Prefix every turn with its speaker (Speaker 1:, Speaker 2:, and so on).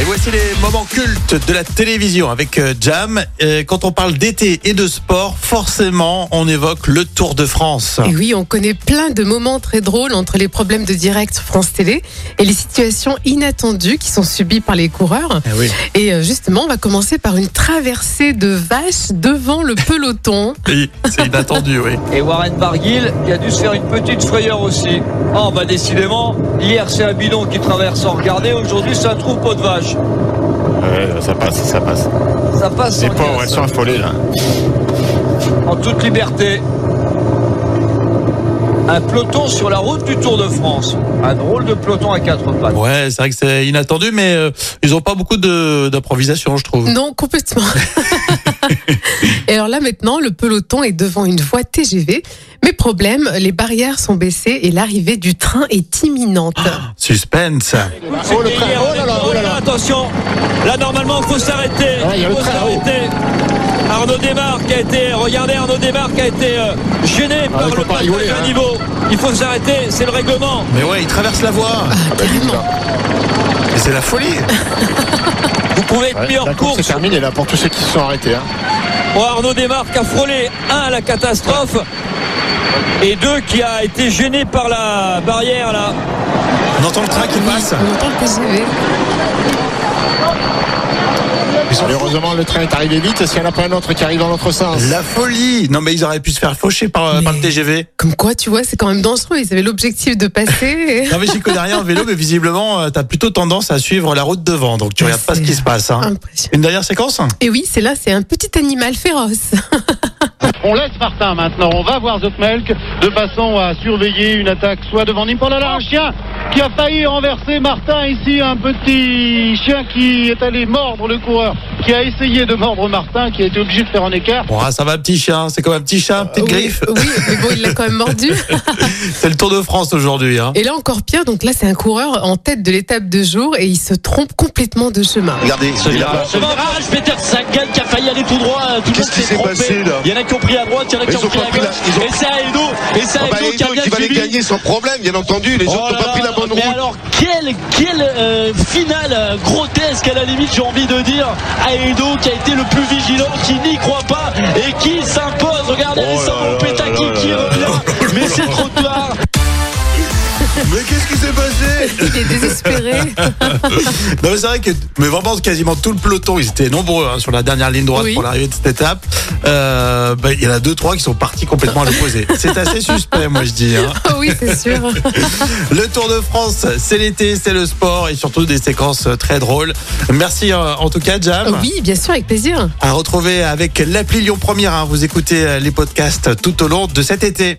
Speaker 1: Et voici les moments cultes de la télévision avec euh, Jam. Euh, quand on parle d'été et de sport, forcément, on évoque le Tour de France.
Speaker 2: Et oui, on connaît plein de moments très drôles entre les problèmes de direct sur France Télé et les situations inattendues qui sont subies par les coureurs.
Speaker 1: Eh
Speaker 2: Et euh, justement, on va commencer par une traversée de vaches devant le peloton.
Speaker 1: Oui, c'est inattendu, oui.
Speaker 3: Et Warren Barguil qui a dû se faire une petite frayeur aussi. Ah bah décidément, hier c'est un bidon qui traverse sans regarder, aujourd'hui c'est un troupeau de vaches.
Speaker 4: Ouais, ça passe, ça passe.
Speaker 3: Ça passe sans
Speaker 4: Les pauvres,
Speaker 3: casse,
Speaker 4: elles sont affolées là.
Speaker 3: en toute liberté. Un peloton sur la route du Tour de France. Un drôle de peloton à quatre pattes.
Speaker 1: Ouais, c'est vrai que c'est inattendu, mais euh, ils ont pas beaucoup de- d'improvisation, je trouve.
Speaker 2: Non, complètement. et alors là, maintenant, le peloton est devant une voie TGV. Mais problème, les barrières sont baissées et l'arrivée du train est imminente.
Speaker 1: Ah, Suspense.
Speaker 3: Oh, le train. Oh là là, oh là là. Attention, là normalement faut s'arrêter. il faut s'arrêter. Arnaud Desmarques qui a été, regardez Arnaud Desmarques qui a été euh, gêné par le passage à niveau. Il faut s'arrêter, c'est le règlement.
Speaker 1: Mais ouais, ils traversent la voie.
Speaker 2: Ah, bah,
Speaker 1: Mais c'est la folie.
Speaker 3: Vous pouvez être
Speaker 4: Ouais,
Speaker 3: mis en
Speaker 4: la course est
Speaker 3: course.
Speaker 4: terminée là pour tous ceux qui se sont arrêtés. hein.
Speaker 3: Bon, Arnaud Desmarques a frôlé un à la catastrophe et deux qui a été gêné par la barrière là.
Speaker 1: On entend le train qui passe.
Speaker 2: On entend le TGV.
Speaker 4: Malheureusement, le train est arrivé vite. S'il n'y en a pas un autre qui arrive dans l'autre sens.
Speaker 1: La folie. Non, mais ils auraient pu se faire faucher par, euh,
Speaker 2: Mais-
Speaker 1: par le TGV.
Speaker 2: Comme quoi, tu vois, c'est quand même dangereux. Ils avaient l'objectif de passer. et-
Speaker 1: Non, mais j'y connais rien en vélo, mais visiblement, euh, t'as plutôt tendance à suivre la route devant, donc tu
Speaker 2: Mais
Speaker 1: regardes pas ce
Speaker 2: c'est-
Speaker 1: qui se passe. hein.
Speaker 2: Impressionnant.
Speaker 1: Une dernière séquence
Speaker 2: Et oui, c'est là, c'est un petit animal féroce.
Speaker 5: On laisse Martin maintenant. On va voir Zopmelk de façon à surveiller une attaque soit devant Nîmes. Oh là là, un chien qui a failli renverser Martin ici. Un petit chien qui est allé mordre le coureur, qui a essayé de mordre Martin, qui a été obligé de faire un écart.
Speaker 1: Bon, ah, ça va, petit chien, c'est comme un petit chat, petite
Speaker 2: oui,
Speaker 1: griffe.
Speaker 2: Oui, mais bon, il l'a quand même mordu.
Speaker 1: C'est le Tour de France aujourd'hui. Hein.
Speaker 2: Et là encore pire, donc là c'est un coureur en tête de l'étape de jour et il se trompe complètement de chemin.
Speaker 6: Regardez,
Speaker 7: Ce
Speaker 6: il a
Speaker 7: virage, ce virage, Peter Sagan qui a failli aller tout droit. hein. Tout le
Speaker 6: Qu'est-ce
Speaker 7: monde
Speaker 6: qui s'est
Speaker 7: trompé.
Speaker 6: passé, là
Speaker 7: Il y en a qui ont pris à droite, il y en a qui
Speaker 6: Ils
Speaker 7: ont
Speaker 6: ont
Speaker 7: pris
Speaker 6: pas
Speaker 7: à
Speaker 6: pris la-
Speaker 7: gauche.
Speaker 6: ils ont-
Speaker 7: Et c'est Aedo, et c'est
Speaker 6: Ah bah,
Speaker 7: Aedo qui a
Speaker 6: Edo
Speaker 7: bien
Speaker 6: qui va les
Speaker 7: suivi.
Speaker 6: gagner sans problème, bien entendu. Les
Speaker 7: Oh
Speaker 6: autres
Speaker 7: là
Speaker 6: n'ont pas pris
Speaker 7: là,
Speaker 6: la bonne
Speaker 7: mais
Speaker 6: route.
Speaker 7: alors, quelle, quelle euh, finale euh, grotesque à la limite, j'ai envie de dire, à Edo qui a été le plus vigilant, qui n'y croit pas et qui s'impose. Regardez Alessandro Petacchi qui revient, mais c'est trop tard.
Speaker 6: Mais qu'est-ce qui s'est passé
Speaker 2: Il est désespéré.
Speaker 1: Non, mais c'est vrai que, mais vraiment, quasiment tout le peloton, ils étaient nombreux hein, sur la dernière ligne droite
Speaker 2: Oui.
Speaker 1: pour l'arrivée de cette étape. Euh, bah, Il y en a deux, trois qui sont partis complètement à l'opposé. C'est assez suspect, moi, je dis. hein.
Speaker 2: Ah oui, c'est sûr.
Speaker 1: Le Tour de France, c'est l'été, c'est le sport et surtout des séquences euh, très drôles. Merci euh, en tout cas, Jam.
Speaker 2: Oui, bien sûr, avec plaisir.
Speaker 1: À retrouver avec l'appli Lyon Première. hein. Vous écoutez euh, les podcasts tout au long de cet été.